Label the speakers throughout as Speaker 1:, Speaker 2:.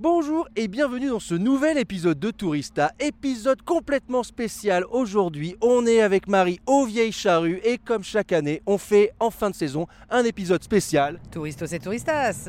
Speaker 1: Bonjour et bienvenue dans ce nouvel épisode de Tourista, épisode complètement spécial. Aujourd'hui, on est avec Marie aux Vieilles Charrues et comme chaque année, on fait en fin de saison un épisode spécial.
Speaker 2: Touristos et touristas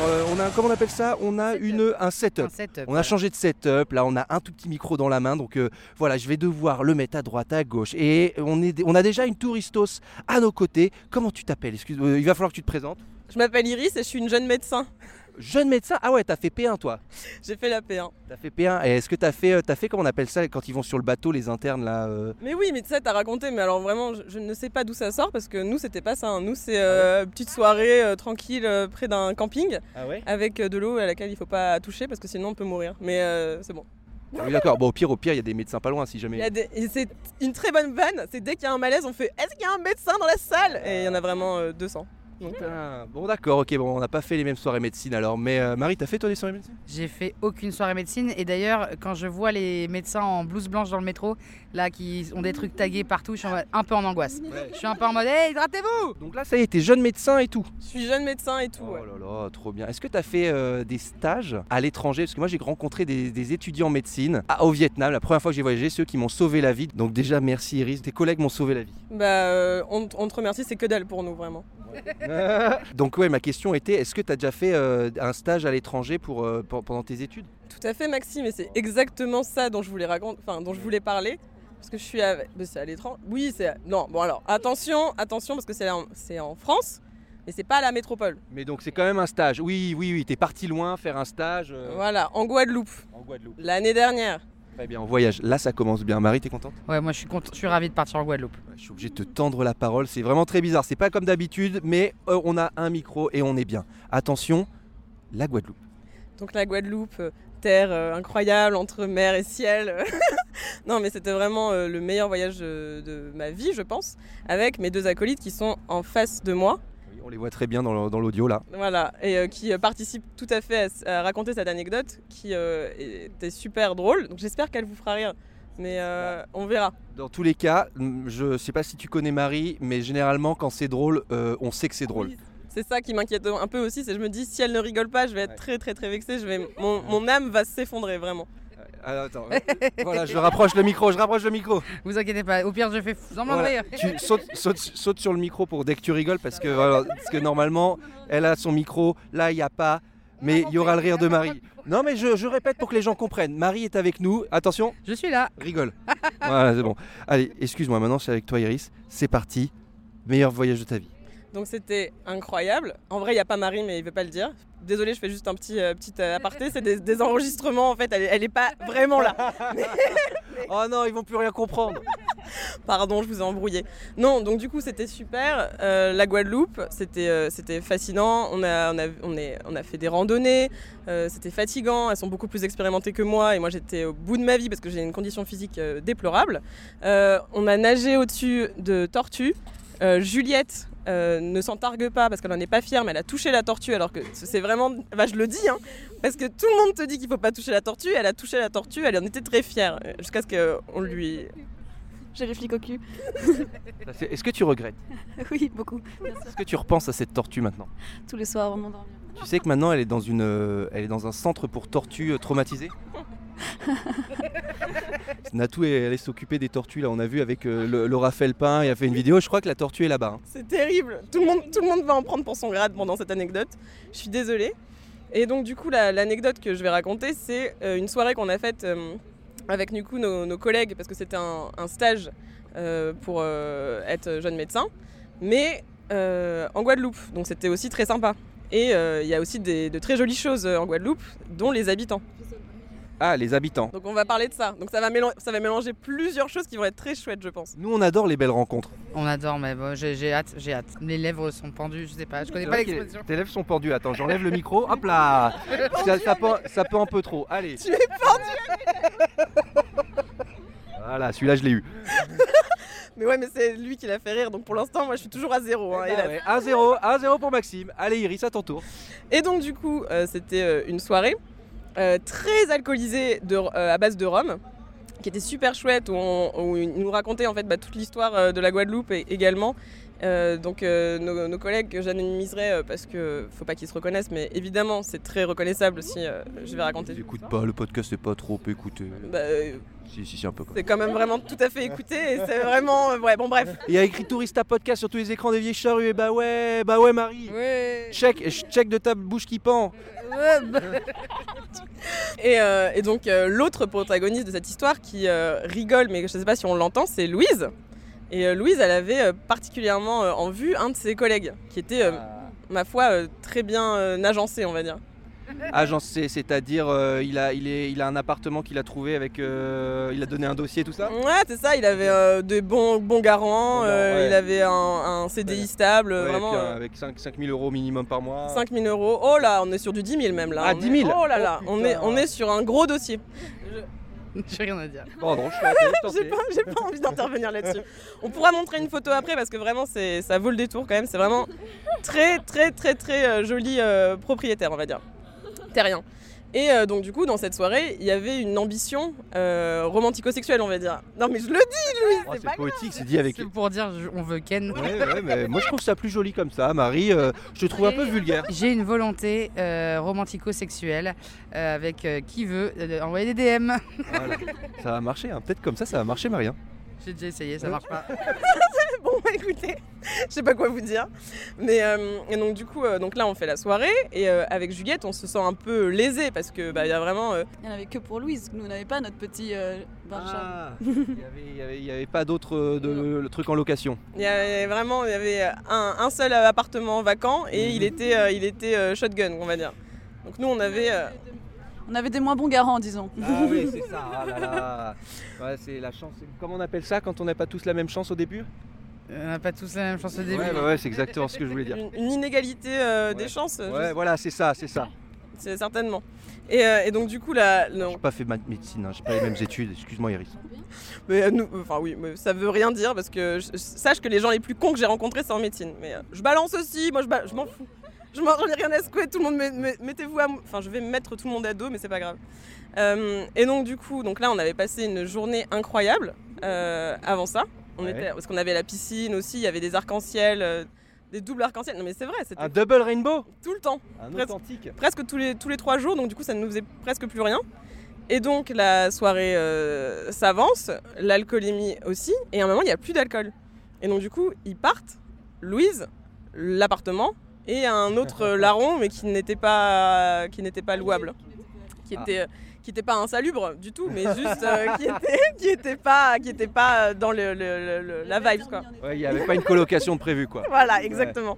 Speaker 1: Euh, on a, comment on appelle ça On a
Speaker 2: Setup.
Speaker 1: une, un setup.
Speaker 2: Un setup.
Speaker 1: On a changé de setup, là on a un tout petit micro dans la main, donc euh, voilà, je vais devoir le mettre à droite, à gauche. Et on, est, on a déjà une touristos à nos côtés. Comment tu t'appelles Excuse, euh, Il va falloir que tu te présentes.
Speaker 3: Je m'appelle Iris et je suis une jeune médecin.
Speaker 1: Jeune médecin Ah ouais, t'as fait P1 toi
Speaker 3: J'ai fait la hein. P1.
Speaker 1: T'as fait P1, et est-ce que t'as fait, euh, t'as fait comment on appelle ça quand ils vont sur le bateau, les internes là euh,
Speaker 3: Mais oui, mais tu sais, t'as raconté, mais alors vraiment, je, je ne sais pas d'où ça sort parce que nous, c'était pas ça. hein. Nous, c'est
Speaker 1: Ah
Speaker 3: euh, petite soirée euh, tranquille euh, près d'un camping avec euh, de l'eau à laquelle il faut pas toucher parce que sinon on peut mourir. Mais euh, c'est bon.
Speaker 1: Ah oui, d'accord, bon au pire, au pire, il y a des médecins pas loin si
Speaker 3: Il y a
Speaker 1: jamais.
Speaker 3: des- et C'est une très bonne vanne, c'est dès qu'il y a un malaise, on fait Est-ce qu'il y a un médecin dans la salle Et il y en a vraiment euh, 200. Donc, euh,
Speaker 1: Putain, bon d'accord, ok, bon on n'a pas fait les mêmes soirées médecine alors, mais euh, Marie, t'as fait toi des soirées médecine
Speaker 2: J'ai fait aucune soirée médecine et d'ailleurs quand je vois les médecins en blouse blanche dans le métro, là qui ont des trucs tagués partout, je suis en mode- un peu en angoisse. Je suis un peu en mode hey, hydratez-vous
Speaker 1: Oh, Donc là, ça y est, t'es jeune médecin et tout.
Speaker 3: je suis jeune médecin et tout.
Speaker 1: Oh
Speaker 3: ouais.
Speaker 1: là là, trop bien. Est-ce que tu as fait euh, des stages à l'étranger Parce que moi, j'ai rencontré des, des étudiants en médecine à- au Vietnam, la première fois que j'ai voyagé, ceux qui m'ont sauvé la vie. Donc déjà, merci Iris, tes collègues m'ont sauvé la
Speaker 3: Bah, euh, on, on te remercie, c'est que dalle pour nous, vraiment.
Speaker 1: vie. Donc ouais, ma question était, est-ce que tu as déjà fait euh, un stage à l'étranger pour, euh, pour- pendant tes études
Speaker 3: Tout à fait, Maxime, et c'est exactement ça dont je voulais raconter, enfin dont je voulais parler, parce que je suis à, mais c'est à l'étranger. Oui, c'est à- non. Bon alors, attention, attention, parce que c'est en, c'est en France, mais c'est pas à la métropole.
Speaker 1: Mais donc c'est quand même un stage. Oui, oui, oui, t'es parti loin faire un stage euh,
Speaker 3: Voilà, en Guadeloupe,
Speaker 1: en Guadeloupe.
Speaker 3: l'année dernière.
Speaker 1: Très bien, on voyage. Là, ça commence bien. Marie, t'es contente
Speaker 2: Ouais moi je suis content, je suis ravi de partir en Guadeloupe.
Speaker 1: Ouais, Je suis obligé de te tendre la parole, c'est vraiment très bizarre. C'est pas comme d'habitude, mais euh, on a un micro et on est bien. Attention, la Guadeloupe.
Speaker 3: Donc la Guadeloupe, euh, terre euh, incroyable entre mer et ciel. non, mais c'était vraiment euh, le meilleur voyage de, de ma vie, je pense, avec mes deux acolytes qui sont en face de moi.
Speaker 1: Oui, on les voit très bien dans le- dans l'audio là.
Speaker 3: Voilà, et euh, qui euh, participe tout à fait à s- à, raconter cette anecdote qui euh, était super drôle. Donc j'espère qu'elle vous fera rire, mais euh, on verra.
Speaker 1: Dans tous les cas, mm, je sais pas si tu connais Marie, mais généralement quand c'est drôle, euh, on sait que c'est drôle.
Speaker 3: Oui, C'est ça qui m'inquiète un peu aussi, c'est que je me dis si elle ne rigole pas, je vais être
Speaker 1: Ouais.
Speaker 3: très très très vexée, je vais, mon, mon âme va s'effondrer vraiment.
Speaker 1: Ah, attends, euh, voilà, je rapproche le micro, je rapproche le micro.
Speaker 2: Vous inquiétez pas, au pire je fais semblant
Speaker 1: Voilà.
Speaker 2: de rire.
Speaker 1: Tu sautes, sautes- sautes sur le micro pour dès que tu rigoles parce que, voilà, parce que normalement, elle a son micro, là il n'y a pas, mais il y aura le rire de Marie. Non mais je, je répète pour que les gens comprennent, Marie est avec nous, attention,
Speaker 2: Je suis là.
Speaker 1: rigole. Voilà, c'est bon. Allez, excuse-moi, maintenant c'est avec toi Iris, c'est parti, meilleur voyage de ta vie.
Speaker 3: Donc c'était incroyable. En vrai, il n'y a pas Marie, mais il veut pas le dire. Désolée, je fais juste un petit, euh, petit euh, aparté, c'est des, des enregistrements en fait, elle, elle est pas vraiment là.
Speaker 1: Oh non, ils vont plus rien comprendre.
Speaker 3: Pardon, je vous ai embrouillé. Non, donc du coup, c'était super. Euh, la Guadeloupe, c'était euh, c'était fascinant. On a, on, a, on, est, on a fait des randonnées. Euh, c'était fatigant. Elles sont beaucoup plus expérimentées que moi. Et moi, j'étais au bout de ma vie parce que j'ai une condition physique euh, déplorable. Euh, on a nagé au-dessus de tortues. Euh, Juliette. euh, ne s'en targue pas parce qu'elle n'en est pas fière, mais elle a touché la tortue alors que c'est vraiment. Bah, je le dis, hein, parce que tout le monde te dit qu'il faut pas toucher la tortue. Elle a touché la tortue, elle en était très fière euh, jusqu'à ce qu'on lui.
Speaker 4: J'ai les flics au cul.
Speaker 1: Ça, c'est- Est-ce que tu regrettes
Speaker 4: Oui, beaucoup.
Speaker 1: Est-ce que tu repenses à cette tortue maintenant
Speaker 4: Tous les soirs avant de m'endormir.
Speaker 1: Tu sais que maintenant elle est dans une, euh, elle est dans un centre pour tortues euh, traumatisées. Natou elle allait s'occuper des tortues là, on a vu avec euh, le- Laura Felpin, il a fait une vidéo, je crois que la tortue est là-bas. hein.
Speaker 3: C'est terrible. Tout le, monde, tout le monde va en prendre pour son grade pendant cette anecdote. Je suis désolée. Et donc, du coup, la- l'anecdote que je vais raconter, c'est euh, une soirée qu'on a faite euh, avec du coup nos, nos collègues parce que c'était un, un stage euh, pour euh, être jeune médecin, mais euh, en Guadeloupe. Donc c'était aussi très sympa. Et euh, il y a aussi des- de très jolies choses euh, en Guadeloupe, dont les habitants.
Speaker 1: Ah, les habitants.
Speaker 3: Donc on va parler de ça. Donc ça va, mélan- ça va mélanger plusieurs choses qui vont être très chouettes, je pense.
Speaker 1: Nous, on adore les belles rencontres.
Speaker 2: On adore, mais bon, j'ai j'ai hâte, j'ai hâte. Les lèvres sont pendues, je sais pas, je connais pas l'expression.
Speaker 1: Tes lèvres sont pendues. Attends, j'enlève le micro. Hop là ça, ça, pend, ça pend un peu trop. Allez. Tu es pendu Voilà, celui-là, je l'ai eu.
Speaker 3: Mais ouais, mais c'est lui qui l'a fait rire. Donc pour l'instant, moi, je suis toujours à zéro.
Speaker 1: Ah, Eh
Speaker 3: hein. Et
Speaker 1: bah
Speaker 3: la-
Speaker 1: 1-0, 1-0 pour Maxime. Allez, Iris, à ton tour.
Speaker 3: Et donc du coup, euh, c'était euh, une soirée euh, très alcoolisée de- euh, à base de rhum, qui était super chouette, où, on- où ils nous racontaient en fait bah, toute l'histoire euh, de la Guadeloupe et- également. Euh, donc euh, nos, nos collègues que j'anonymiserai euh, parce que faut pas qu'ils se reconnaissent, mais évidemment c'est très reconnaissable si euh, je vais raconter.
Speaker 1: Écoute pas, le podcast, c'est pas trop écouté.
Speaker 3: Bah, euh,
Speaker 1: Si, si, si, un peu. Quoi.
Speaker 3: c'est quand même vraiment tout à fait écouté et c'est vraiment euh, ouais bon bref.
Speaker 1: Il y a écrit Tourista Podcast sur tous les écrans des vieilles charrues. Et bah ouais, bah ouais, Marie.
Speaker 3: Ouais.
Speaker 1: Check, check de ta bouche qui pend.
Speaker 3: Et, euh, et donc euh, l'autre protagoniste de cette histoire qui euh, rigole, mais je sais pas si on l'entend, c'est Louise. Et euh, Louise, elle avait euh, particulièrement euh, en vue un de ses collègues, qui était, euh,
Speaker 1: Ah.
Speaker 3: ma foi, euh, très bien euh, agencé, on va dire.
Speaker 1: Agence C, Ah, c'est-à-dire euh, il, a, il, est, il a un appartement qu'il a trouvé avec. euh, il a donné un dossier, tout ça
Speaker 3: Ouais, c'est ça, il avait euh, de bons, bons garants,
Speaker 1: Bon garant,
Speaker 3: euh,
Speaker 1: ouais.
Speaker 3: il avait un, un CDI stable,
Speaker 1: Ouais,
Speaker 3: vraiment
Speaker 1: puis, euh,
Speaker 3: euh,
Speaker 1: Avec 5, 000 euros minimum par mois.
Speaker 3: 5 000 euros. Oh là, on est sur du 10 000 même là.
Speaker 1: Ah,
Speaker 3: On
Speaker 1: 10 000.
Speaker 3: est- Oh là là,
Speaker 1: Oh,
Speaker 3: on,
Speaker 1: putain.
Speaker 3: est, on est sur un gros dossier.
Speaker 2: J'ai rien à dire.
Speaker 1: Pardon, Oh, je suis raté, je tentais.
Speaker 3: J'ai pas, j'ai pas envie d'intervenir là-dessus. On pourra montrer une photo après parce que vraiment c'est, ça vaut le détour quand même. C'est vraiment très très très très euh, joli euh, propriétaire on va dire. Terrien. Et euh, donc du coup dans cette soirée il y avait une ambition euh, romantico-sexuelle on va dire. Non mais je le dis
Speaker 1: Oh, c'est poétique, c'est dit avec.
Speaker 2: C'est pour dire, je- on veut Ken.
Speaker 1: Ouais, ouais, mais moi je trouve ça plus joli comme ça, Marie. euh, je te trouve un peu vulgaire.
Speaker 2: J'ai une volonté euh, romantico-sexuelle euh, avec euh, qui veut euh, envoyer des DM.
Speaker 1: Voilà. Ça va marcher, hein. peut-être comme ça, ça va marcher, Marie. hein.
Speaker 2: J'ai déjà essayé, ça marche pas.
Speaker 3: bon bah, écoutez je sais pas quoi vous dire. Mais euh, et donc du coup euh, donc là on fait la soirée et euh, avec Juliette on se sent un peu lésé parce que bah il y a vraiment euh,
Speaker 4: Il n'y en avait que pour Louise. Nous, on n'avait pas notre petit euh, bar charme.
Speaker 1: Ah, Il y avait- il y avait- il y avait pas d'autre euh, de- le truc en location.
Speaker 3: Il y avait vraiment il y avait euh, un, un seul appartement vacant et
Speaker 1: Mhm.
Speaker 3: il était, euh, il était euh, shotgun, on va dire. Donc nous, on avait... euh,
Speaker 4: On avait des moins bons garants, disons.
Speaker 1: Ah oui, c'est ça. c'est la chance. Comment on appelle ça quand on n'a pas tous la même chance au début
Speaker 2: On n'a pas tous la même chance au début.
Speaker 1: Ouais, bah ouais, c'est exactement ce que je voulais dire.
Speaker 3: une, une inégalité euh,
Speaker 1: Ouais.
Speaker 3: des chances, je
Speaker 1: Ouais,
Speaker 3: sais-
Speaker 1: voilà, c'est ça, c'est ça.
Speaker 3: c'est certainement. Et, euh, et donc du coup, là, non,
Speaker 1: J'ai pas fait ma médecine, hein, j'ai pas les mêmes études, excuse-moi Iris.
Speaker 3: mais, euh, nous- enfin oui, mais ça veut rien dire parce que je, je- sache que les gens les plus cons que j'ai rencontrés, c'est en médecine. Mais euh, je balance aussi, moi je, ba- je m'en fous. Je m'en j'en ai rien à secouer, tout le monde, me- me- mettez-vous à... mou- Enfin, je vais me mettre tout le monde à dos, mais c'est pas grave. Euh, et donc du coup, donc là, on avait passé une journée incroyable euh, avant ça. On
Speaker 1: Ouais.
Speaker 3: était, parce qu'on avait la piscine aussi, il y avait des arcs-en-ciel, euh, des doubles arcs-en-ciel. Non mais c'est vrai, c'était
Speaker 1: Un double rainbow
Speaker 3: tout le temps,
Speaker 1: Un
Speaker 3: Presque.
Speaker 1: authentique
Speaker 3: presque tous les, tous les trois jours, donc du coup ça ne nous faisait presque plus rien. Et donc la soirée euh, s'avance, l'alcoolémie aussi, et à un moment il n'y a plus d'alcool. Et donc du coup ils partent, Louise, l'appartement, et un autre euh, larron, mais qui n'était pas, qui n'était pas louable, qui
Speaker 1: Ah.
Speaker 3: était, euh, qui n'était pas insalubre du tout, mais juste euh, qui, était, qui était pas, qui était pas euh, dans le, le- le- le- la vibe quoi.
Speaker 1: Ouais, il y avait pas une colocation de prévue quoi.
Speaker 3: Voilà, exactement.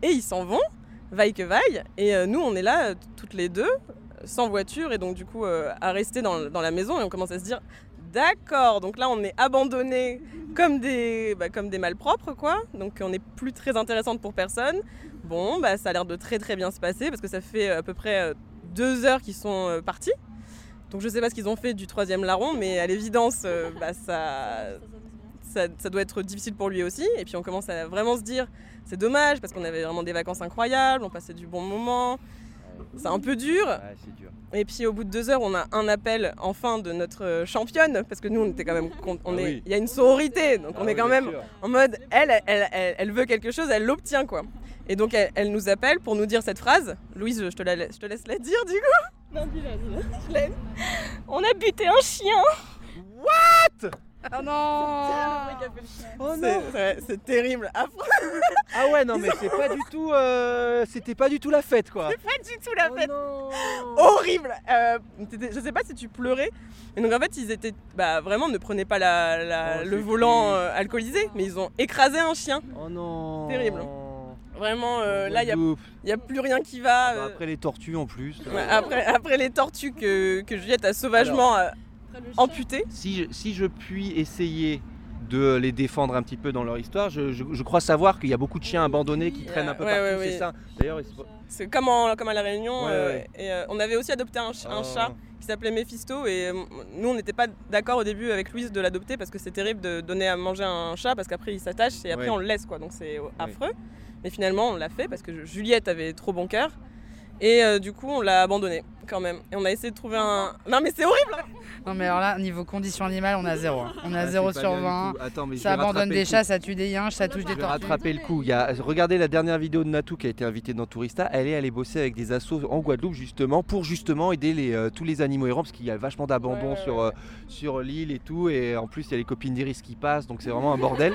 Speaker 3: Et ils s'en vont, vaille que vaille. Et euh, nous, on est là, euh, toutes les deux, euh, sans voiture, et donc du coup, euh, à rester dans, dans la maison. Et on commence à se dire, d'accord, donc là, on est abandonnés comme des, bah, comme des malpropres, quoi. Donc on n'est plus très intéressante pour personne. Bon, bah, ça a l'air de très très bien se passer, parce que ça fait euh, à peu près euh, deux heures qu'ils sont euh, partis. Donc je sais pas ce qu'ils ont fait du troisième larron, mais à l'évidence, euh, bah, ça, ça, ça doit être difficile pour lui aussi. Et puis on commence à vraiment se dire, c'est dommage parce qu'on avait vraiment des vacances incroyables, on passait du bon moment. C'est un peu dur.
Speaker 1: Ouais, c'est dur.
Speaker 3: Et puis au bout de deux heures, on a un appel enfin de notre euh, championne parce que nous, on était quand même, con- on
Speaker 1: Ah
Speaker 3: est,
Speaker 1: oui.
Speaker 3: il y a une sororité, donc
Speaker 1: Ah
Speaker 3: on
Speaker 1: oui,
Speaker 3: est quand
Speaker 1: bien
Speaker 3: même
Speaker 1: sûr.
Speaker 3: en mode, elle, elle, elle, elle veut quelque chose, elle l'obtient quoi. Et donc elle, elle nous appelle pour nous dire cette phrase. Louise, je te, la, je te laisse la dire du coup.
Speaker 5: On a buté un chien.
Speaker 2: Oh non
Speaker 3: Oh non C'est terrible, affreux
Speaker 1: Ah ouais, non, mais c'est pas du tout. euh, C'était pas du tout la fête, quoi.
Speaker 3: Pas du tout la
Speaker 1: Oh
Speaker 3: fête
Speaker 1: non.
Speaker 3: horrible. Euh, t'étais- je sais pas si tu pleurais. Et donc en fait, ils étaient bah, vraiment ne prenaient pas la- la-
Speaker 1: Oh,
Speaker 3: le
Speaker 1: c'est
Speaker 3: volant
Speaker 1: cool.
Speaker 3: euh, alcoolisé, mais ils ont écrasé un chien.
Speaker 1: Oh non.
Speaker 3: Terrible. Vraiment, euh,
Speaker 1: En
Speaker 3: là, il n'y a,
Speaker 1: Guadeloupe.
Speaker 3: y a plus rien qui va.
Speaker 1: Bah,
Speaker 3: euh,
Speaker 1: après les tortues en plus.
Speaker 3: ouais, après, après les tortues que, que Juliette a sauvagement euh, amputées.
Speaker 1: Si je, si je puis essayer de les défendre un petit peu dans leur histoire, je, je- je crois savoir qu'il y a beaucoup de chiens abandonnés qui traînent un peu
Speaker 3: Ouais,
Speaker 1: partout,
Speaker 3: ouais,
Speaker 1: c'est
Speaker 3: ouais.
Speaker 1: ça D'ailleurs, ils se-
Speaker 3: C'est comme, en- comme à La Réunion.
Speaker 1: Ouais,
Speaker 3: euh,
Speaker 1: ouais.
Speaker 3: Et, euh, on avait aussi adopté un, ch- un
Speaker 1: Oh.
Speaker 3: chat qui s'appelait Mephisto. Et euh, nous, on n'était pas d'accord au début avec Louise de l'adopter parce que c'est terrible de donner à manger à un chat parce qu'après il s'attache et après
Speaker 1: Ouais.
Speaker 3: on le laisse. quoi. Donc c'est euh, affreux. Mais finalement, on l'a fait parce que Juliette avait trop bon cœur. Et euh, du coup, on l'a abandonné quand même. Et on a essayé de trouver un. Non, mais c'est horrible! hein.
Speaker 2: Non mais alors là, niveau conditions animales, on a zéro. hein. On a
Speaker 1: Ah, c'est pas
Speaker 2: 0 sur
Speaker 1: bien du
Speaker 2: 20.
Speaker 1: tout. Attends, mais je
Speaker 2: Ça
Speaker 1: vais
Speaker 2: abandonne
Speaker 1: rattraper
Speaker 2: des
Speaker 1: le
Speaker 2: chats, ça tue des yinches, ça touche
Speaker 1: coup.
Speaker 2: des
Speaker 1: Je vais
Speaker 2: tortues.
Speaker 1: rattraper le coup. Il y a- Regardez la dernière vidéo de Natou qui a été invitée dans Tourista. Elle est allée bosser avec des assos en Guadeloupe justement pour justement aider les, euh, tous les animaux errants parce qu'il y a vachement d'abandon
Speaker 3: Ouais, ouais,
Speaker 1: sur,
Speaker 3: ouais.
Speaker 1: euh, sur l'île et tout. Et en plus, il y a les copines d'Iris qui passent, donc c'est vraiment un bordel.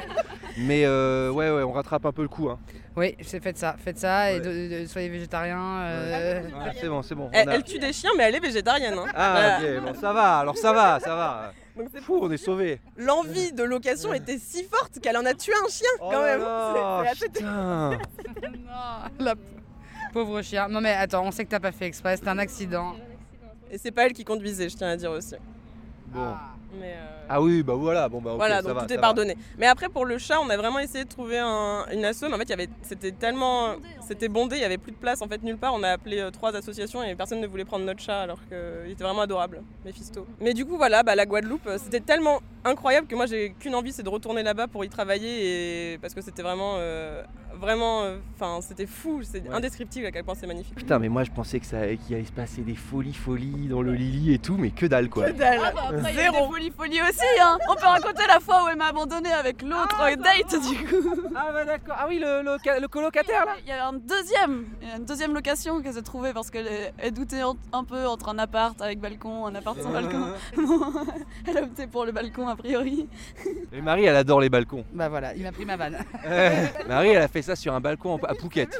Speaker 1: Mais euh, ouais, ouais, on rattrape un peu le coup. hein.
Speaker 2: Oui, c'est- faites ça, faites ça et de- de- soyez végétarien. euh,
Speaker 1: Ah, c'est bon, c'est bon.
Speaker 3: Eh, Elle,
Speaker 1: on a-
Speaker 3: elle tue des chiens, mais elle est végétarienne. hein.
Speaker 1: Ah,
Speaker 3: Voilà.
Speaker 1: ok, bon, ça va, alors ça va, ça va.
Speaker 3: Donc c'est-
Speaker 1: Fou, on est sauvés.
Speaker 3: L'envie de location était si forte qu'elle en a tué un chien quand même.
Speaker 1: Oh là
Speaker 3: C'est-
Speaker 1: là,
Speaker 3: c'est assez
Speaker 1: putain.
Speaker 2: la p- pauvre chien. Non mais attends, on sait que t'as pas fait exprès, c'est un accident.
Speaker 3: Et c'est pas elle qui conduisait, je tiens à dire aussi.
Speaker 1: Bon.
Speaker 2: Ah.
Speaker 3: Mais euh,
Speaker 1: Ah oui, bah voilà, bon bah ok,
Speaker 3: voilà,
Speaker 1: ça
Speaker 3: donc
Speaker 1: va,
Speaker 3: tout est
Speaker 1: ça va.
Speaker 3: pardonné. Mais après, pour le chat, on a vraiment essayé de trouver un- une asso, mais en fait, il y avait, c'était tellement,
Speaker 4: Bondé, en fait.
Speaker 3: c'était bondé, il y avait plus de place en fait nulle part. On a appelé euh, trois associations et personne ne voulait prendre notre chat alors qu'il était vraiment adorable, Mephisto. Mais du coup, voilà, bah, la Guadeloupe, euh, c'était tellement incroyable que moi, j'ai qu'une envie, c'est de retourner là-bas pour y travailler et parce que c'était vraiment, euh, vraiment, enfin, c'était fou, c'est
Speaker 1: Ouais.
Speaker 3: indescriptible à quel point c'est magnifique.
Speaker 1: Putain, mais moi je pensais que ça- qu'il allait se passer des folies, folies dans le Lily et tout, mais que dalle quoi.
Speaker 4: Ah bah après, il y a eu des folies folies aussi, hein On peut raconter la fois où elle m'a abandonnée avec l'autre euh, date, du coup
Speaker 1: Ah bah d'accord, ah oui, le, le, colocataire là
Speaker 4: Il y a un deuxième, il y a une deuxième location qu'elle s'est trouvée parce qu'elle est- elle doutait en- un peu entre un appart avec balcon, un appart sans balcon. elle a opté pour le balcon, a priori.
Speaker 1: Et Marie, elle adore les balcons.
Speaker 2: Bah voilà, il m'a pris ma vanne.
Speaker 1: Euh, Marie, elle a fait ça sur un balcon à Phuket.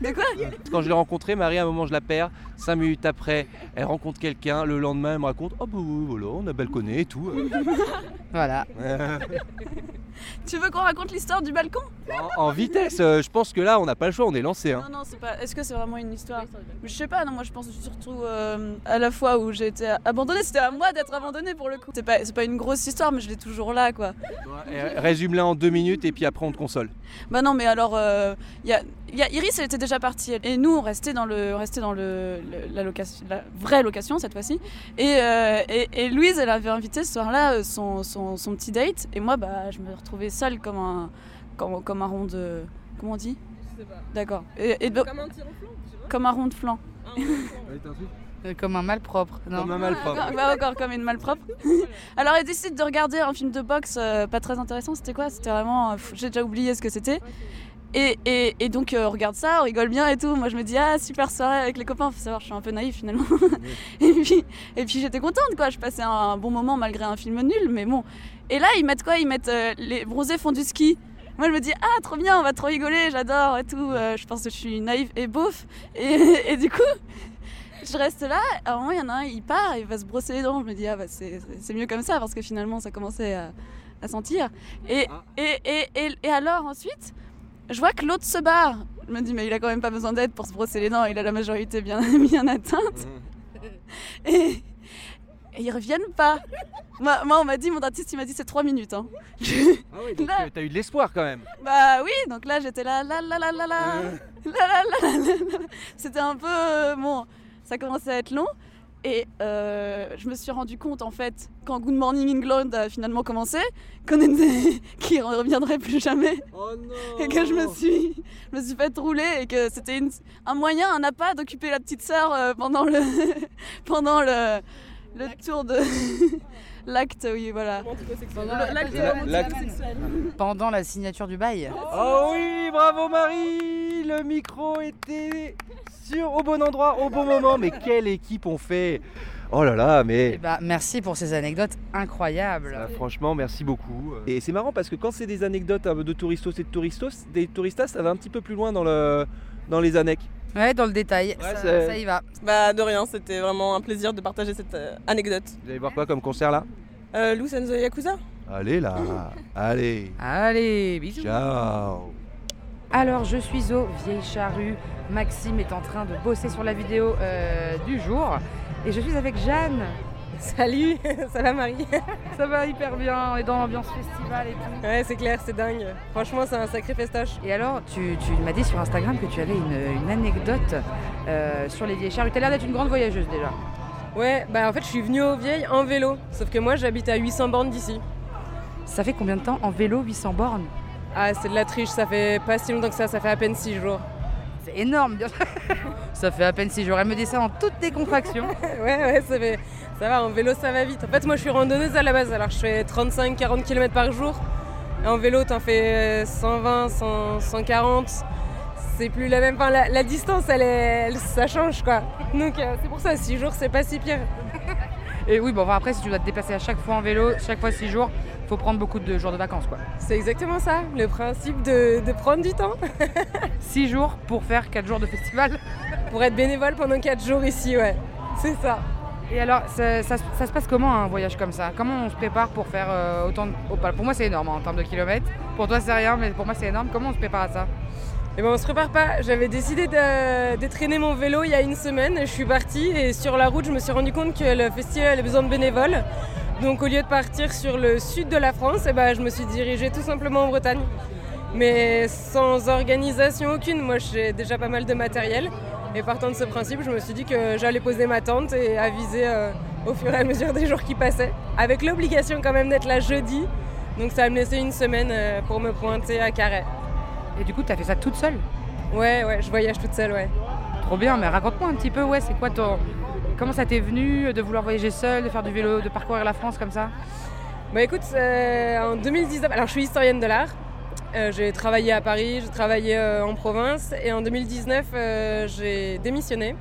Speaker 4: De quoi
Speaker 1: Quand je l'ai rencontrée, Marie, à un moment, je la perds. Cinq minutes après, elle rencontre quelqu'un. Le lendemain, elle me raconte Oh, bah oui, voilà, on a balconné et tout.
Speaker 2: Voilà.
Speaker 1: Euh,
Speaker 4: Tu veux qu'on raconte l'histoire du balcon
Speaker 1: en, en vitesse, euh, je pense que là, on n'a pas le choix, on est lancé. Hein.
Speaker 4: Non, non, c'est pas. Est-ce que c'est vraiment une histoire Je sais pas, non, moi je pense surtout euh, à la fois où j'ai été abandonnée, c'était à moi d'être abandonnée pour le coup. C'est pas, c'est pas une grosse histoire, mais je l'ai toujours là quoi.
Speaker 1: Euh, Résume-la en deux minutes et puis après, on te console.
Speaker 4: Bah non, mais alors, euh, il y a, il y a- Iris, elle était déjà partie. elle. Et nous, on restait dans, le, on restait dans le, le- la, location, la vraie location cette fois-ci. Et, euh, et, et Louise, elle avait invité ce soir-là euh, son, son, son petit date. Et moi, bah, je me retrouvais seule comme un, comme, comme un rond de. Comment on dit D'accord. Et, et donc,
Speaker 3: Comme un tir au flanc, tu vois.
Speaker 4: comme un rond de flanc.
Speaker 3: Ah,
Speaker 2: Euh, Comme un malpropre. Non.
Speaker 1: Comme un malpropre.
Speaker 4: Encore, bah, encore comme une malpropre. Alors, elle décide de regarder un film de boxe euh, pas très intéressant. C'était quoi C'était vraiment. euh, pff, J'ai déjà oublié ce que c'était. Et, et- et donc, euh, on regarde ça, on rigole bien et tout. Moi, je me dis, ah, super soirée avec les copains. Faut savoir, je suis un peu naïve finalement. et puis, et puis j'étais contente, quoi. Je passais un, bon moment malgré un film nul, mais bon. Et là, ils mettent quoi Ils mettent euh, les bronzés font du ski. Moi, je me dis, ah, trop bien, on va trop rigoler, j'adore et tout. Euh, je pense que je suis naïve et beauf. Et, et du coup, je reste là à un moment, Ah, il y en a un, il part, il va se brosser les dents. Je me dis, ah bah c'est c'est mieux comme ça, parce que finalement, ça commençait à, à sentir. Et,
Speaker 1: Ah.
Speaker 4: et, et, et, et alors, ensuite, je vois que l'autre se barre. Je me dis, mais il a quand même pas besoin d'aide pour se brosser les dents, il a la majorité bien, bien atteinte. Et, et ils reviennent pas. Moi, moi, on m'a dit, mon dentiste, il m'a dit, c'est 3 minutes. hein.
Speaker 1: Ah oui,
Speaker 4: Là.
Speaker 1: euh, t'as eu de l'espoir quand même.
Speaker 4: Bah oui, donc là j'étais là, la la la la la, la la la la la, la. C'était un peu euh, bon, ça commençait à être long. Et euh, je me suis rendu compte en fait quand Good Morning England a finalement commencé, qu'on était, qu'il ne reviendrait plus jamais,
Speaker 1: Oh non
Speaker 4: et que je me suis, je me suis fait rouler et que c'était une- un moyen, un appât d'occuper la petite sœur euh, pendant le, pendant le, le tour de l'acte, oui voilà.
Speaker 2: Pendant la
Speaker 1: Ah
Speaker 2: signature du bail.
Speaker 1: Oh oui, bravo Marie Le micro était sûr, au bon endroit, au bon moment. Mais quelle équipe on fait Oh là là,
Speaker 2: Eh
Speaker 1: mais.
Speaker 2: bah, merci pour ces anecdotes incroyables.
Speaker 1: Ah, franchement, merci beaucoup. Et c'est marrant parce que quand c'est des anecdotes un peu de touristos et de touristos, des touristas, ça va un petit peu plus loin dans, le... dans les anectes.
Speaker 2: Ouais, dans le détail,
Speaker 1: Ouais,
Speaker 2: ça,
Speaker 1: c'est-
Speaker 2: ça y va.
Speaker 3: Bah de rien, c'était vraiment un plaisir de partager cette euh, anecdote.
Speaker 1: Vous allez voir quoi comme concert là
Speaker 3: Euh, Loose and the Yakuza
Speaker 1: Allez là Allez
Speaker 2: Allez, bisous.
Speaker 1: Ciao
Speaker 2: Alors, je suis au Vieille Charrue. Maxime est en train de bosser sur la vidéo euh, du jour. Et je suis avec Jeanne.
Speaker 5: Salut, ça va Marie
Speaker 2: Ça va hyper bien, on est dans l'ambiance festival et tout.
Speaker 5: Ouais, c'est clair, c'est dingue. Franchement, c'est un sacré festoche.
Speaker 2: Et alors, tu, tu m'as dit sur Instagram que tu avais une, une anecdote euh, sur les Vieilles Charrues. T'as l'air d'être une grande voyageuse déjà.
Speaker 5: Ouais, bah en fait, je suis venue aux vieilles en vélo. Sauf que moi, j'habite à 800 bornes d'ici.
Speaker 2: Ça fait combien de temps en vélo 800 bornes
Speaker 5: Ah, c'est de la triche, ça fait pas si longtemps que ça, ça fait à peine 6 jours.
Speaker 2: C'est énorme, bien sûr. Ça fait à peine si j'aurais me dit ça en toute décontraction.
Speaker 5: Ouais, ouais, ça, fait... ça va, en vélo, ça va vite. En fait, moi, je suis randonneuse à la base, alors je fais 35-40 km par jour. Et en vélo, t'en fais euh, 120, 100, 140. C'est plus la même. Enfin, la, la distance, elle, est- elle- ça change quoi. Donc, euh, c'est pour ça, 6 jours, c'est pas si pire.
Speaker 2: Et oui, bon, enfin, après, si tu dois te déplacer à chaque fois en vélo, chaque fois 6 jours, faut prendre beaucoup de jours de vacances, quoi.
Speaker 5: C'est exactement ça, le principe de, de prendre du temps
Speaker 2: 6 jours pour faire 4 jours de festival.
Speaker 5: pour être bénévole pendant 4 jours ici, ouais. C'est ça.
Speaker 2: Et alors, ça, ça- ça se passe comment un voyage comme ça Comment on se prépare pour faire euh, autant de. oh, pas- pour moi, c'est énorme hein, en termes de kilomètres. Pour toi, c'est rien, mais pour moi, c'est énorme. Comment on se prépare à ça
Speaker 5: Et ben on se prépare pas, j'avais décidé de, de traîner mon vélo il y a une semaine, je suis partie et sur la route je me suis rendu compte que le festival avait besoin de bénévoles. Donc au lieu de partir sur le sud de la France, et ben, je me suis dirigée tout simplement en Bretagne. Mais sans organisation aucune, moi j'ai déjà pas mal de matériel. Et partant de ce principe, je me suis dit que j'allais poser ma tente et aviser euh, au fur et à mesure des jours qui passaient. Avec l'obligation quand même d'être là jeudi. Donc ça va me laisser une semaine euh, pour me pointer à Carhaix.
Speaker 2: Et du coup, t'as fait ça toute seule
Speaker 5: Ouais, ouais, je voyage toute seule, ouais.
Speaker 2: Trop bien, mais raconte-moi un petit peu, ouais, c'est quoi ton. Comment ça t'est venu de vouloir voyager seule, de faire du vélo, de parcourir la France comme ça
Speaker 5: Bah écoute, euh, en 2019, alors je suis historienne de l'art. Euh, j'ai travaillé à Paris, j'ai travaillé euh, en province et en 2019, euh, j'ai démissionné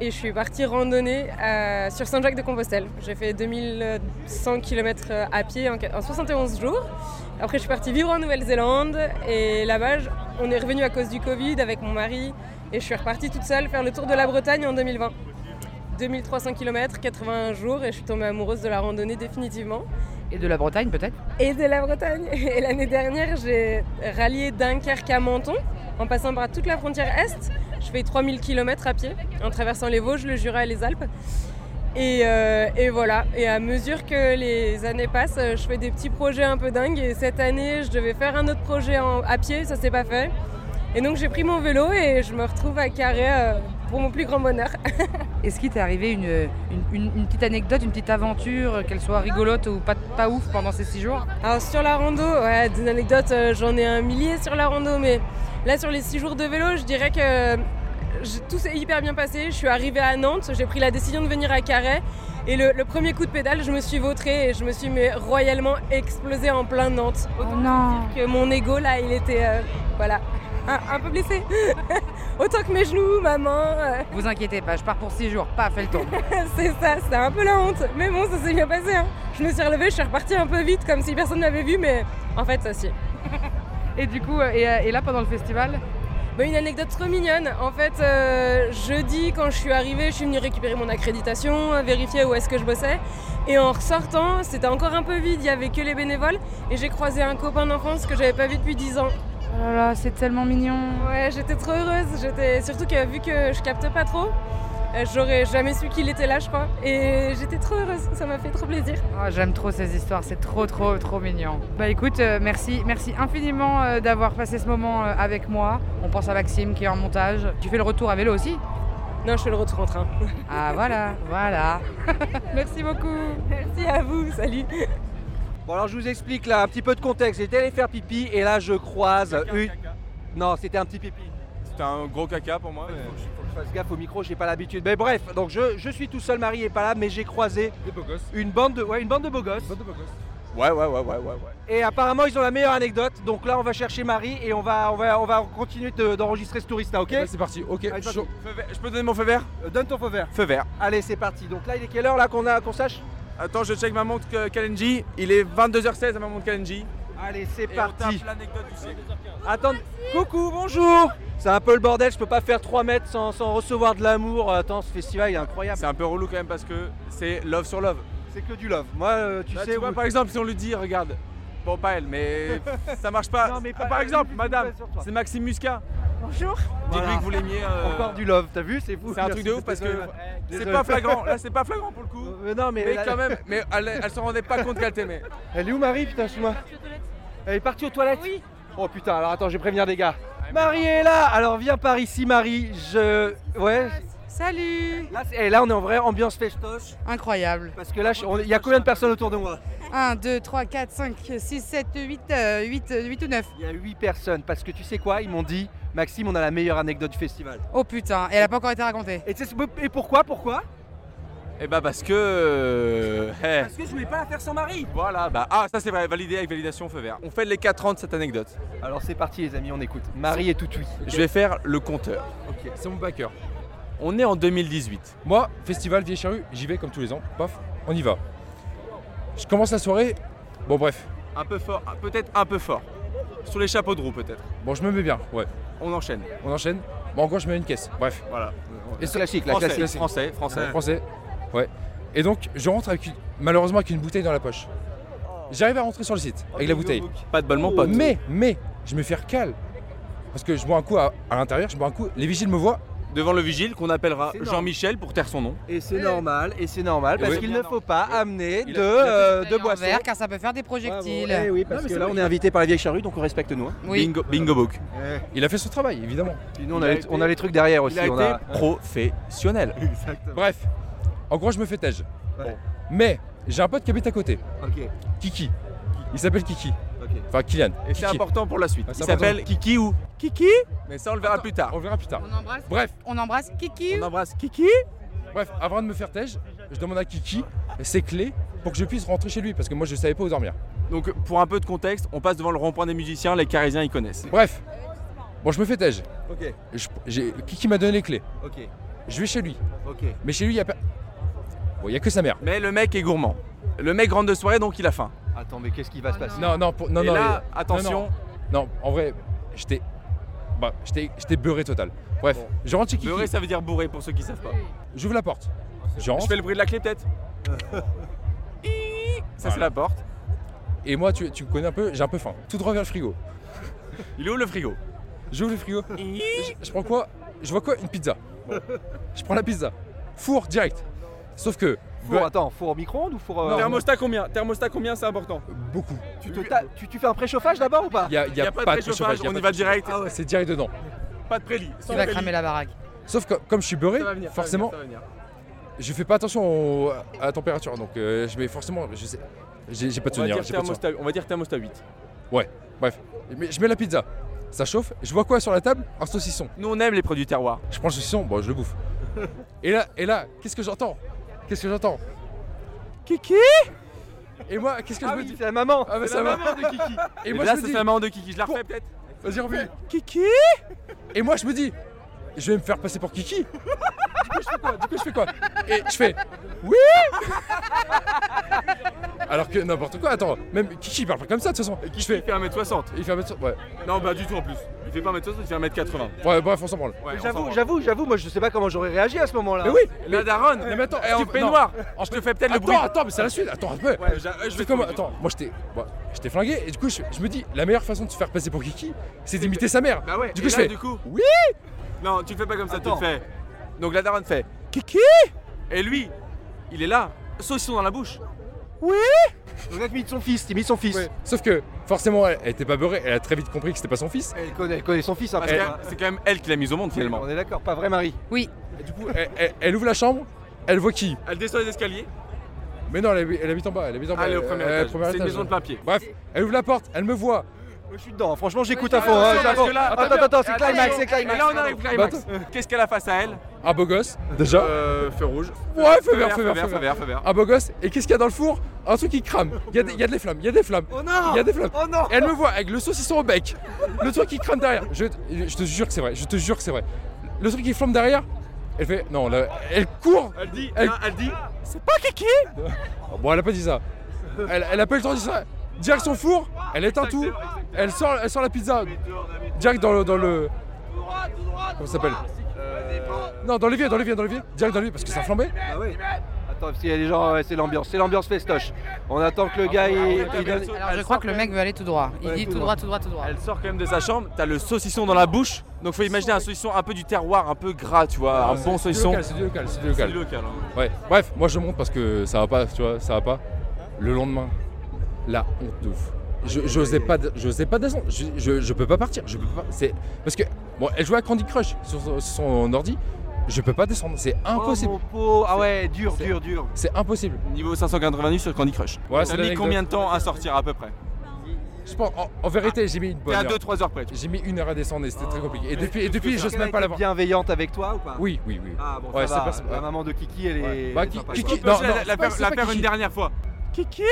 Speaker 5: et je suis partie randonner à- sur Saint-Jacques-de-Compostelle. J'ai fait 2100 km euh, à pied en, en 71 jours. Après, je suis partie vivre en Nouvelle-Zélande et là-bas, je- on est revenu à cause du Covid avec mon mari et je suis repartie toute seule faire le tour de la Bretagne en 2020. 2300 km, 81 jours et je suis tombée amoureuse de la randonnée définitivement
Speaker 2: Et de la Bretagne, peut-être
Speaker 5: et de la Bretagne. Et l'année dernière, j'ai rallié Dunkerque à Menton en passant par toute la frontière Est. Je fais 3000 km à pied en traversant les Vosges, le Jura et les Alpes. Et, euh, et voilà, et à mesure que les années passent, euh, je fais des petits projets un peu dingues. Et cette année, je devais faire un autre projet en- à pied, ça s'est pas fait. Et donc j'ai pris mon vélo et je me retrouve à Carré euh, pour mon plus grand bonheur.
Speaker 2: Est-ce qu'il t'est arrivé une, une- une- une petite anecdote, une petite aventure, qu'elle soit rigolote ou pas, pas ouf pendant ces six jours
Speaker 5: Alors sur la rando, ouais, des anecdotes, euh, j'en ai un millier sur la rando, mais là sur les six jours de vélo, je dirais que euh, j'ai- tout s'est hyper bien passé. Je suis arrivée à Nantes, j'ai pris la décision de venir à Carhaix et le, le premier coup de pédale, je me suis vautrée et je me suis mais, royalement explosée en plein Nantes. Autant
Speaker 2: Oh non
Speaker 5: que mon ego là, il était euh, voilà, un, un peu blessé. Autant que mes genoux, ma main, euh,
Speaker 2: Vous inquiétez pas, je pars pour six jours, pas fait le tour.
Speaker 5: c'est ça, c'est un peu la honte. Mais bon, ça s'est bien passé. hein. Je me suis relevée, je suis repartie un peu vite comme si personne ne m'avait vu, mais en fait, ça si.
Speaker 2: Et du coup, euh, et, euh, et là pendant le festival
Speaker 5: Bah, une anecdote trop mignonne. En fait, euh, jeudi, quand je suis arrivée, je suis venue récupérer mon accréditation, euh, vérifier où est-ce que je bossais. Et en ressortant, c'était encore un peu vide, il n'y avait que les bénévoles. Et j'ai croisé un copain d'enfance que j'avais pas vu depuis 10 ans.
Speaker 2: Oh là là, c'est tellement mignon
Speaker 5: Ouais, j'étais trop heureuse. J'étais surtout que vu que je capte pas trop, euh, j'aurais jamais su qu'il était là, je crois. Et j'étais trop heureuse. Ça m'a fait trop plaisir.
Speaker 2: Ah, J'aime trop ces histoires, c'est trop trop trop mignon. Bah écoute, euh, merci, merci infiniment euh, d'avoir passé ce moment euh, avec moi. On pense à Maxime qui est en montage. Tu fais le retour à vélo aussi
Speaker 5: Non, je fais le retour en train.
Speaker 2: Ah voilà, voilà. merci beaucoup.
Speaker 5: Merci à vous. Salut.
Speaker 1: Bon alors je vous explique là un petit peu de contexte. J'étais allé faire pipi et là je croise une. Non, c'était un petit pipi.
Speaker 6: C'était un gros caca pour moi.
Speaker 1: Faut que je- faut que je fasse gaffe au micro, j'ai pas l'habitude. Mais bref, donc je, je suis tout seul, Marie est pas là, mais j'ai croisé
Speaker 6: Des beaux gosses.
Speaker 1: une bande de, ouais, une bande de beaux gosses.
Speaker 6: de beaux gosses. Ouais, ouais, ouais, ouais, ouais. ouais.
Speaker 1: Et apparemment, ils ont la meilleure anecdote. Donc là, on va chercher Marie et on va, on va, on va continuer de- d'enregistrer ce touriste là, ok
Speaker 6: Bah, c'est parti, ok.
Speaker 1: Allez,
Speaker 6: chaud. Feu vert, Je peux donner mon feu vert
Speaker 1: Euh, Donne ton feu vert.
Speaker 6: Feu vert.
Speaker 1: Allez, c'est parti. Donc là, il est quelle heure là qu'on a, qu'on sache
Speaker 6: Attends, je check ma montre euh, Kalenji. Il est 22h16 à ma montre Kalenji.
Speaker 1: Allez, c'est
Speaker 6: Et on
Speaker 1: parti.
Speaker 6: tape l'anecdote du siècle.
Speaker 1: Attends. Coucou, bonjour. C'est un peu le bordel. Je peux pas faire 3 mètres sans, sans recevoir de l'amour. Attends, ce festival, il est incroyable.
Speaker 6: C'est un peu relou quand même parce que c'est love sur love.
Speaker 1: C'est que du love. Moi, euh, tu
Speaker 6: Là,
Speaker 1: sais.
Speaker 6: tu vois,
Speaker 1: où-
Speaker 6: par exemple, si on lui dit, regarde, bon, pas elle, mais ça marche pas.
Speaker 1: Non, mais
Speaker 6: Ah,
Speaker 1: pas-
Speaker 6: par exemple,
Speaker 1: plus- plus
Speaker 6: madame,
Speaker 1: pas sur toi.
Speaker 6: c'est Maxime Muscat.
Speaker 4: Bonjour.
Speaker 6: Dites-lui
Speaker 1: Voilà.
Speaker 6: que vous l'aimiez. euh,
Speaker 1: Encore du love. T'as vu, c'est fou.
Speaker 6: C'est un truc de ouf parce que c'est pas flagrant. Là, c'est pas flagrant pour le coup.
Speaker 1: Mais Euh, non, mais,
Speaker 6: Mais
Speaker 1: là-
Speaker 6: quand même, mais elle, elle s'en rendait pas compte qu'elle t'aimait.
Speaker 1: Elle est où Marie putain sous moi Elle est partie aux toilettes Oui Oh putain alors attends je vais prévenir les gars Marie est là Alors viens par ici Marie Je... Ouais
Speaker 2: Salut
Speaker 1: là, c'est- eh, là on est en vraie ambiance festoche
Speaker 2: Incroyable.
Speaker 1: Parce que là je- on- il y a combien de personnes autour de moi
Speaker 2: 1, 2, 3, 4, 5, 6, 7, 8, 8, 8 euh, ou 9.
Speaker 1: Il y a 8 personnes parce que tu sais quoi Ils m'ont dit Maxime on a la meilleure anecdote du festival
Speaker 2: Oh putain, et elle a pas encore été racontée.
Speaker 1: Et, tu sais ce- et pourquoi Pourquoi Eh
Speaker 6: Et
Speaker 1: ben,
Speaker 6: bah parce que. euh, eh.
Speaker 1: Parce que je voulais pas la faire sans Marie
Speaker 6: Voilà, bah ah ça c'est vrai, validé avec validation feu vert. On fait les 4 ans de cette anecdote.
Speaker 1: Alors c'est parti les amis on écoute Marie est tout oui
Speaker 6: Je vais faire le compteur.
Speaker 1: Ok.
Speaker 6: C'est mon backer. On est en 2018.
Speaker 7: Moi, festival Vieille Charrue, j'y vais comme tous les ans. Paf, on y va. Je commence la soirée. Bon, bref.
Speaker 6: Un peu fort, ah, peut-être un peu fort. Sur les chapeaux de roue peut-être.
Speaker 7: Bon, je me mets bien. Ouais.
Speaker 6: On enchaîne.
Speaker 7: On enchaîne. Bon, encore, je mets une caisse. Bref.
Speaker 6: Voilà.
Speaker 7: Et ça-
Speaker 1: Classique la
Speaker 6: Français,
Speaker 1: classique
Speaker 6: français, français.
Speaker 7: Français. Ouais. Et donc, je rentre avec une- malheureusement avec une bouteille dans la poche. J'arrive à rentrer sur le site avec
Speaker 6: Oh,
Speaker 7: la bouteille.
Speaker 6: Pas de bol mon pote.
Speaker 7: Mais, mais, je me fais recal. Parce que je bois un coup à, à l'intérieur, je bois un coup. Les vigiles me voient.
Speaker 6: Devant le vigile qu'on appellera
Speaker 1: C'est énorme.
Speaker 6: Jean-Michel pour taire son nom.
Speaker 1: Et c'est normal Et c'est normal parce
Speaker 7: oui.
Speaker 1: qu'il ne faut pas amener
Speaker 6: Il
Speaker 1: de,
Speaker 6: a-
Speaker 1: euh, de
Speaker 2: Bouteille en
Speaker 1: boissons
Speaker 2: verre, car ça peut faire des projectiles.
Speaker 1: Bravo. Eh oui, parce
Speaker 7: Non, mais
Speaker 1: que
Speaker 7: c'est
Speaker 1: là,
Speaker 7: vrai.
Speaker 1: on est invité par la vieille charrue, donc on respecte nous. hein.
Speaker 2: Oui.
Speaker 6: Bingo, bingo book.
Speaker 7: Il a fait son travail, évidemment.
Speaker 1: Puis nous, on
Speaker 6: Il
Speaker 1: a,
Speaker 6: a
Speaker 1: les,
Speaker 6: été-
Speaker 1: on a les trucs derrière aussi.
Speaker 6: Il a
Speaker 1: on
Speaker 6: été
Speaker 1: a-
Speaker 6: professionnel.
Speaker 7: Bref. En gros, je me fais tège.
Speaker 1: Ouais.
Speaker 7: Bon. Mais, j'ai un pote qui habite à côté.
Speaker 1: Ok,
Speaker 7: Kiki. Il s'appelle Kiki.
Speaker 1: ok.
Speaker 7: Enfin, Kylian.
Speaker 6: Et c'est
Speaker 7: Kiki.
Speaker 6: important pour la suite.
Speaker 7: Ah,
Speaker 6: Il
Speaker 7: c'est important.
Speaker 6: s'appelle Kiki ou Kiki Mais ça on le verra plus tard.
Speaker 7: On le verra plus tard.
Speaker 2: On embrasse,
Speaker 7: Bref,
Speaker 2: on embrasse Kiki.
Speaker 6: On embrasse Kiki.
Speaker 7: bref, avant de me faire tège, je demande à Kiki ses clés pour que je puisse rentrer chez lui parce que moi je savais pas où dormir.
Speaker 6: Donc pour un peu de contexte, on passe devant le rond-point des musiciens, les Carisiens ils connaissent.
Speaker 7: Bref, bon, je me fais tège.
Speaker 1: Ok,
Speaker 7: Je- j'ai- Kiki m'a donné les clés.
Speaker 1: ok,
Speaker 7: Je vais chez lui.
Speaker 1: ok.
Speaker 7: Mais chez lui, il y a pas. Bon, il y a que sa mère.
Speaker 6: Mais le mec est gourmand. Le mec rentre de soirée donc il a faim.
Speaker 1: Attends, mais qu'est-ce qui va
Speaker 2: Oh
Speaker 1: se passer
Speaker 7: Non, non, pour- non,
Speaker 6: et
Speaker 7: non.
Speaker 6: là,
Speaker 7: euh,
Speaker 6: attention,
Speaker 7: Non, non, en vrai, j'étais. Bah, j'étais j'étais beurré total. Bref,
Speaker 1: Bon.
Speaker 7: je rentre chez Kiki.
Speaker 6: beurré ça veut dire bourré pour ceux qui savent pas. Ah,
Speaker 7: J'ouvre la porte. Je
Speaker 6: Je
Speaker 7: rentre.
Speaker 6: fais le bruit de la clé peut-être Hi Ça c'est
Speaker 7: Voilà.
Speaker 6: la porte.
Speaker 7: Et moi, tu, tu me connais un peu, j'ai un peu faim. Tout droit vers le frigo.
Speaker 6: Il est où le frigo
Speaker 7: J'ouvre le frigo. Je, je prends quoi Je vois quoi Une pizza. Bon. Je prends la pizza. Four direct. Sauf que. bah,
Speaker 1: Four, attends, four au micro-ondes ou four. euh,
Speaker 6: Thermostat combien Thermostat combien c'est important
Speaker 7: Beaucoup.
Speaker 1: tu, te ta- tu- tu fais un préchauffage d'abord ou pas
Speaker 7: Il n'y a, il y a pas, de préchauffage. il y a
Speaker 6: on
Speaker 7: pas
Speaker 6: y
Speaker 7: de
Speaker 6: va
Speaker 7: préchauffage.
Speaker 6: direct.
Speaker 7: C'est direct dedans.
Speaker 6: Pas de prélit. sans
Speaker 2: Il va
Speaker 6: prélit.
Speaker 2: cramer la baraque.
Speaker 7: Sauf que comme je suis beurré,
Speaker 6: Ça va venir, ça va
Speaker 7: forcément,
Speaker 6: venir, ça va venir.
Speaker 7: je fais pas attention au- à la température. Donc euh, je vais forcément. Je sais. J'ai j'ai pas de
Speaker 6: On va
Speaker 7: souvenir.
Speaker 6: dire
Speaker 7: j'ai pas de souvenir.
Speaker 6: thermostat- On va dire thermostat 8.
Speaker 7: Bref. Mais je mets la pizza. Ça chauffe. Je vois quoi sur la table Un saucisson.
Speaker 6: Nous on aime les produits terroirs.
Speaker 7: Je prends le saucisson. Bon, je le bouffe. Et là, et là, qu'est-ce que j'entends Qu'est-ce que j'entends
Speaker 6: Kiki
Speaker 7: Et moi, qu'est-ce que
Speaker 1: Ah
Speaker 7: je me
Speaker 1: oui,
Speaker 7: dis
Speaker 1: c'est la maman
Speaker 7: Ah, mais
Speaker 6: C'est
Speaker 7: ça
Speaker 6: la
Speaker 7: va.
Speaker 6: maman de Kiki.
Speaker 7: Et
Speaker 6: Et
Speaker 7: moi,
Speaker 6: là
Speaker 7: je me
Speaker 6: ça
Speaker 7: dis.
Speaker 6: c'est la maman de Kiki. Je la refais peut-être
Speaker 7: Vas-y, reviens.
Speaker 6: Kiki
Speaker 7: Et moi je me dis, je vais me faire passer pour Kiki. Du coup je fais quoi Du coup je fais quoi Et je fais, oui Alors que n'importe quoi, attends, même Kiki il parle pas comme ça de toute façon.
Speaker 6: Kiki
Speaker 7: Je fais,
Speaker 6: fait 1m60.
Speaker 7: il fait un mètre sur- ouais.
Speaker 6: Non, bah du tout en plus. Il fait pas 1m60, il fait 1m80.
Speaker 7: ouais, bref, on s'en branle.
Speaker 6: Ouais, on s'en
Speaker 1: J'avoue,
Speaker 6: branle.
Speaker 1: j'avoue, j'avoue, moi je sais pas comment j'aurais réagi à ce moment-là.
Speaker 7: Mais oui
Speaker 6: Ah. La daronne
Speaker 7: Non, mais attends,
Speaker 6: Eh, en
Speaker 7: Steve, non.
Speaker 6: peignoir Je te fais peut-être le bruit.
Speaker 7: Attends, attends, mais c'est la suite, attends un peu.
Speaker 6: Ouais, j'a- euh,
Speaker 7: Je
Speaker 6: je
Speaker 7: fais
Speaker 6: vais
Speaker 7: comme,
Speaker 6: comment
Speaker 7: attends, moi j'étais bah, j'étais flingué et du coup je, je me dis, la meilleure façon de se faire passer pour Kiki, c'est d'imiter sa mère.
Speaker 6: Bah ouais,
Speaker 7: Du
Speaker 6: et
Speaker 7: coup je
Speaker 6: là,
Speaker 7: fais,
Speaker 6: du coup.
Speaker 7: oui
Speaker 6: Non, tu le fais pas comme ça,
Speaker 1: Attends.
Speaker 6: tu le fais. Donc la daronne fait Kiki Et lui, il est là, saucisson dans la bouche.
Speaker 1: Donc là, t'imites son fils, t'imites son fils.
Speaker 7: Ouais. Sauf que forcément elle, elle était pas beurrée, elle a très vite compris que c'était pas son fils.
Speaker 1: Elle, connaît, elle connaît son fils
Speaker 6: Parce
Speaker 1: après.
Speaker 6: que
Speaker 1: hein.
Speaker 6: c'est quand même elle qui l'a mise au monde finalement.
Speaker 1: On est d'accord, pas vrai Marie
Speaker 7: Du coup elle- elle- elle ouvre la chambre, elle voit qui
Speaker 6: Elle descend les escaliers, Ah,
Speaker 7: Mais non, elle, habi- elle habite en bas, elle habite en bas.
Speaker 6: elle est au premier
Speaker 7: euh,
Speaker 6: étage.
Speaker 7: premier
Speaker 6: C'est une
Speaker 7: étage,
Speaker 6: maison de
Speaker 7: ouais.
Speaker 6: papier.
Speaker 7: Bref, elle ouvre la porte, elle me voit.
Speaker 1: Je suis dedans, hein. franchement j'écoute à
Speaker 6: Attention,
Speaker 1: fond. hein,
Speaker 6: parce
Speaker 1: j'avoue.
Speaker 6: que là-
Speaker 1: attends, attends, attends, c'est
Speaker 6: Attention.
Speaker 1: climax, c'est climax.
Speaker 6: Et là on arrive
Speaker 7: Bah,
Speaker 6: climax. Qu'est-ce qu'elle a face à elle
Speaker 7: Un beau gosse, déjà.
Speaker 6: Euh, feu rouge.
Speaker 7: Ouais, feu
Speaker 6: Feu
Speaker 7: vert,
Speaker 6: vert, feu vert, feu vert, feu vert.
Speaker 7: Un beau gosse. Et qu'est-ce qu'il y a dans le four Un truc qui crame. Il y, a des- il y a de les flammes, il y a des flammes.
Speaker 6: Oh non
Speaker 7: Il y a des flammes.
Speaker 6: Oh non
Speaker 7: Elle me voit avec le saucisson au bec, le truc qui crame derrière. Je, je te jure que c'est vrai, je te jure que c'est vrai. Le truc qui flamme derrière, elle fait. Non, là, elle court
Speaker 6: Elle dit,
Speaker 7: Elle-
Speaker 6: non, elle dit,
Speaker 7: C'est pas Kiki Ah, Bon, elle a pas dit ça. Elle, elle a pas eu le temps de dire ça. Direct son four, elle éteint tout, elle sort, elle sort la pizza. Direct dans le. Dans le... Comment ça s'appelle Euh, Non, dans l'évier, dans l'évier, dans l'évier. Direct dans l'évier parce que ça flambait.
Speaker 1: Ah ouais. Attends, parce qu'il y a des gens, ouais, c'est l'ambiance, c'est l'ambiance festoche. On attend que le gars il, il donne-
Speaker 2: Alors je crois que le mec veut aller tout droit. Il
Speaker 1: Ouais,
Speaker 2: dit
Speaker 1: tout
Speaker 2: tout droit, tout droit, tout droit.
Speaker 6: Elle sort quand même de sa chambre, t'as le saucisson dans la bouche, donc faut imaginer un saucisson un peu du terroir, un peu gras, tu vois, un bon
Speaker 7: C'est du
Speaker 6: saucisson.
Speaker 7: local, C'est du local, c'est du
Speaker 6: C'est
Speaker 7: local.
Speaker 6: local. hein.
Speaker 7: Ouais. Bref, moi je monte parce que ça va pas, tu vois, ça va pas. Le lendemain, la honte de fou. Je- J'osais pas, de- j'osais pas descendre. Je, je, je peux pas partir. Je peux pas. C'est parce que bon, elle jouait à Candy Crush sur, son- sur son ordi. Je peux pas descendre. C'est impossible.
Speaker 1: Oh, mon pauvre. Ah ouais, dur,
Speaker 7: C'est-
Speaker 1: dur, dur. Ah,
Speaker 7: C'est impossible.
Speaker 6: Niveau 589 sur Candy Crush.
Speaker 7: Voilà,
Speaker 6: T'as
Speaker 7: c'est
Speaker 6: mis
Speaker 7: l'anecdote.
Speaker 6: combien de temps à sortir à peu près
Speaker 7: Je pense, en, en vérité, j'ai mis une
Speaker 6: T'es
Speaker 7: bonne
Speaker 6: à
Speaker 7: heure.
Speaker 6: 2-3 heures près. tu vois.
Speaker 7: J'ai mis une heure à descendre et
Speaker 6: Ah.
Speaker 7: c'était très compliqué. Et
Speaker 1: Mais
Speaker 7: depuis,
Speaker 1: est-ce
Speaker 7: et
Speaker 1: que
Speaker 7: depuis,
Speaker 1: quelqu'un
Speaker 7: j'ose même pas
Speaker 1: était
Speaker 7: la voir.
Speaker 1: bienveillante avec toi ou pas
Speaker 7: Oui, oui, oui.
Speaker 1: Ah bon,
Speaker 7: Ouais,
Speaker 1: ça va.
Speaker 7: c'est pas-
Speaker 1: La maman de Kiki, elle est.
Speaker 7: Ouais. Bah, Ki-
Speaker 1: sympa,
Speaker 7: Kiki-
Speaker 1: quoi.
Speaker 7: Non,
Speaker 6: Parce que
Speaker 7: non,
Speaker 6: la-
Speaker 7: c'est
Speaker 6: la
Speaker 7: pas-
Speaker 6: faire-
Speaker 7: c'est
Speaker 6: la
Speaker 7: pas
Speaker 6: faire une
Speaker 7: Kiki.
Speaker 6: dernière fois. Kiki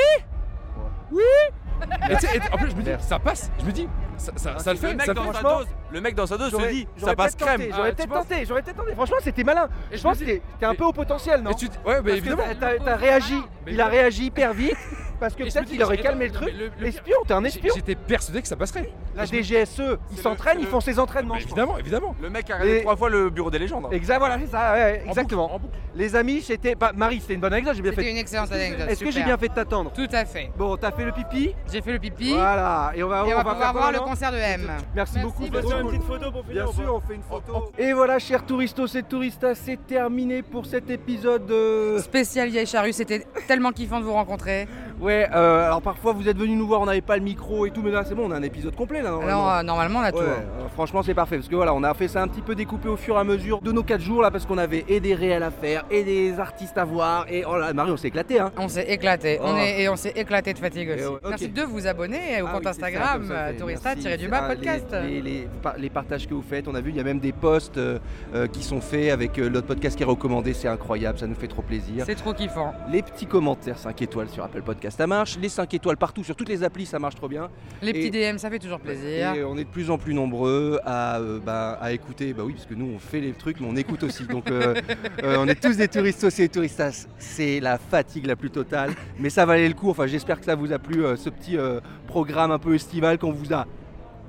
Speaker 7: Et tu sais, et en plus, je me dis,
Speaker 1: Merci.
Speaker 7: ça passe. Je me dis, ça, ça, ça le fait.
Speaker 6: Ah, Le mec
Speaker 7: ça
Speaker 6: dans
Speaker 7: fait.
Speaker 6: sa
Speaker 1: franchement,
Speaker 6: dose, le mec dans sa dose se
Speaker 1: J'aurais-
Speaker 6: dit,
Speaker 1: j'aurais
Speaker 6: ça passe
Speaker 1: peut-être tenté,
Speaker 6: crème.
Speaker 7: Ah,
Speaker 1: J'aurais
Speaker 7: tu
Speaker 1: peut-être
Speaker 7: penses
Speaker 1: tenté, j'aurais peut-être tenté. Franchement, c'était malin.
Speaker 7: Et
Speaker 1: Je
Speaker 7: je
Speaker 1: pense
Speaker 7: me
Speaker 1: que
Speaker 7: dis-
Speaker 1: t'es t'es un
Speaker 7: et-
Speaker 1: peu au potentiel, non
Speaker 7: Et tu dis- ouais, bah
Speaker 1: Parce que
Speaker 7: évidemment.
Speaker 1: t'as- t'as- t'as réagi,
Speaker 7: Mais
Speaker 1: il a
Speaker 7: évidemment.
Speaker 1: réagi hyper vite parce que
Speaker 7: Et je me
Speaker 1: peut-être
Speaker 7: dis-
Speaker 1: qu'il aurait
Speaker 7: et-
Speaker 1: calmé le
Speaker 7: mais
Speaker 1: truc.
Speaker 7: le- le-
Speaker 1: Espion, t'es un
Speaker 7: J'ai-
Speaker 1: espion.
Speaker 7: J'étais persuadé que ça passerait.
Speaker 1: La
Speaker 7: je me-
Speaker 1: DGSE, ils
Speaker 6: le-
Speaker 1: s'entraînent,
Speaker 6: c'est
Speaker 1: ils
Speaker 6: le-
Speaker 1: font ses entraînements.
Speaker 7: Bah,
Speaker 1: je pense.
Speaker 7: évidemment, évidemment.
Speaker 6: Le mec a regardé
Speaker 1: Et-
Speaker 6: trois fois le bureau des légendes.
Speaker 1: Exact, voilà, c'est ça, ouais, ouais, exactement.
Speaker 7: En boucle.
Speaker 1: Les amis, c'était. Bah, Marie, c'était une bonne anecdote, j'ai bien
Speaker 2: C'était
Speaker 1: fait.
Speaker 2: une excellente anecdote.
Speaker 1: Est-ce que j'ai
Speaker 2: super.
Speaker 1: bien fait de t'attendre
Speaker 2: Tout à fait.
Speaker 1: Bon, t'as fait le pipi
Speaker 2: J'ai fait le pipi
Speaker 1: Voilà, et on va,
Speaker 2: et on va
Speaker 1: faire
Speaker 2: pouvoir
Speaker 1: quoi
Speaker 2: voir le
Speaker 1: maintenant
Speaker 2: concert de M.
Speaker 1: Merci, beaucoup. c'est trop cool.
Speaker 6: photo pour
Speaker 1: Bien sûr, on fait une photo. Et voilà, chers touristos et touristas, c'est terminé pour cet épisode. euh,
Speaker 2: Spécial Vieille Charrue, c'était tellement kiffant de vous rencontrer.
Speaker 1: Ouais, euh, alors parfois vous êtes venus nous voir, on n'avait pas le micro et tout, mais là c'est bon, on a un épisode complet là. normalement.
Speaker 2: Alors euh, normalement on a tout.
Speaker 1: Ouais,
Speaker 2: hein.
Speaker 1: euh, franchement c'est parfait parce que voilà on a fait ça un petit peu découpé au fur et à mesure de nos 4 jours là parce qu'on avait et des réels à faire et des artistes à voir et oh là Marie on s'est éclaté hein
Speaker 2: On s'est éclaté, on
Speaker 1: Oh.
Speaker 2: est, et on s'est éclaté de fatigue
Speaker 1: Et
Speaker 2: aussi.
Speaker 1: ouais, ok.
Speaker 2: Merci de vous abonner euh, au
Speaker 1: Ah
Speaker 2: compte
Speaker 1: oui, c'est ça,
Speaker 2: Instagram euh,
Speaker 1: comme ça, c'est- merci.
Speaker 2: Instagram-du-bas
Speaker 1: Ah, les-
Speaker 2: podcast.
Speaker 1: Les, les- par- les partages que vous faites, on a vu, il y a même des posts euh, euh, qui sont faits avec euh, notre podcast qui est recommandé, c'est incroyable, ça nous fait trop plaisir.
Speaker 2: C'est trop kiffant.
Speaker 1: Les petits commentaires 5 étoiles sur Apple Podcast, ça marche. Les 5 étoiles partout sur toutes les applis, ça marche trop bien.
Speaker 2: Les petits
Speaker 1: Et-
Speaker 2: DM, ça fait toujours plaisir.
Speaker 1: Et on est de plus en plus nombreux à, euh, bah, à écouter, bah oui, parce que nous on fait les trucs, mais on écoute aussi. Donc euh, euh, on est tous des touristes aussi et touristas. C'est la fatigue la plus totale, mais ça valait le coup. Enfin, j'espère que ça vous a plu, euh, ce petit euh, programme un peu estival qu'on vous a.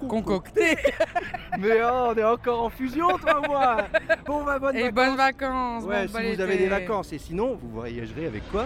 Speaker 2: Concocté
Speaker 1: Mais oh, on est encore en fusion, toi, moi Bon, bah, bonne
Speaker 2: Et bonnes vacances
Speaker 1: Ouais,
Speaker 2: bon bel
Speaker 1: si vous
Speaker 2: été.
Speaker 1: avez des vacances, et sinon, vous voyagerez avec quoi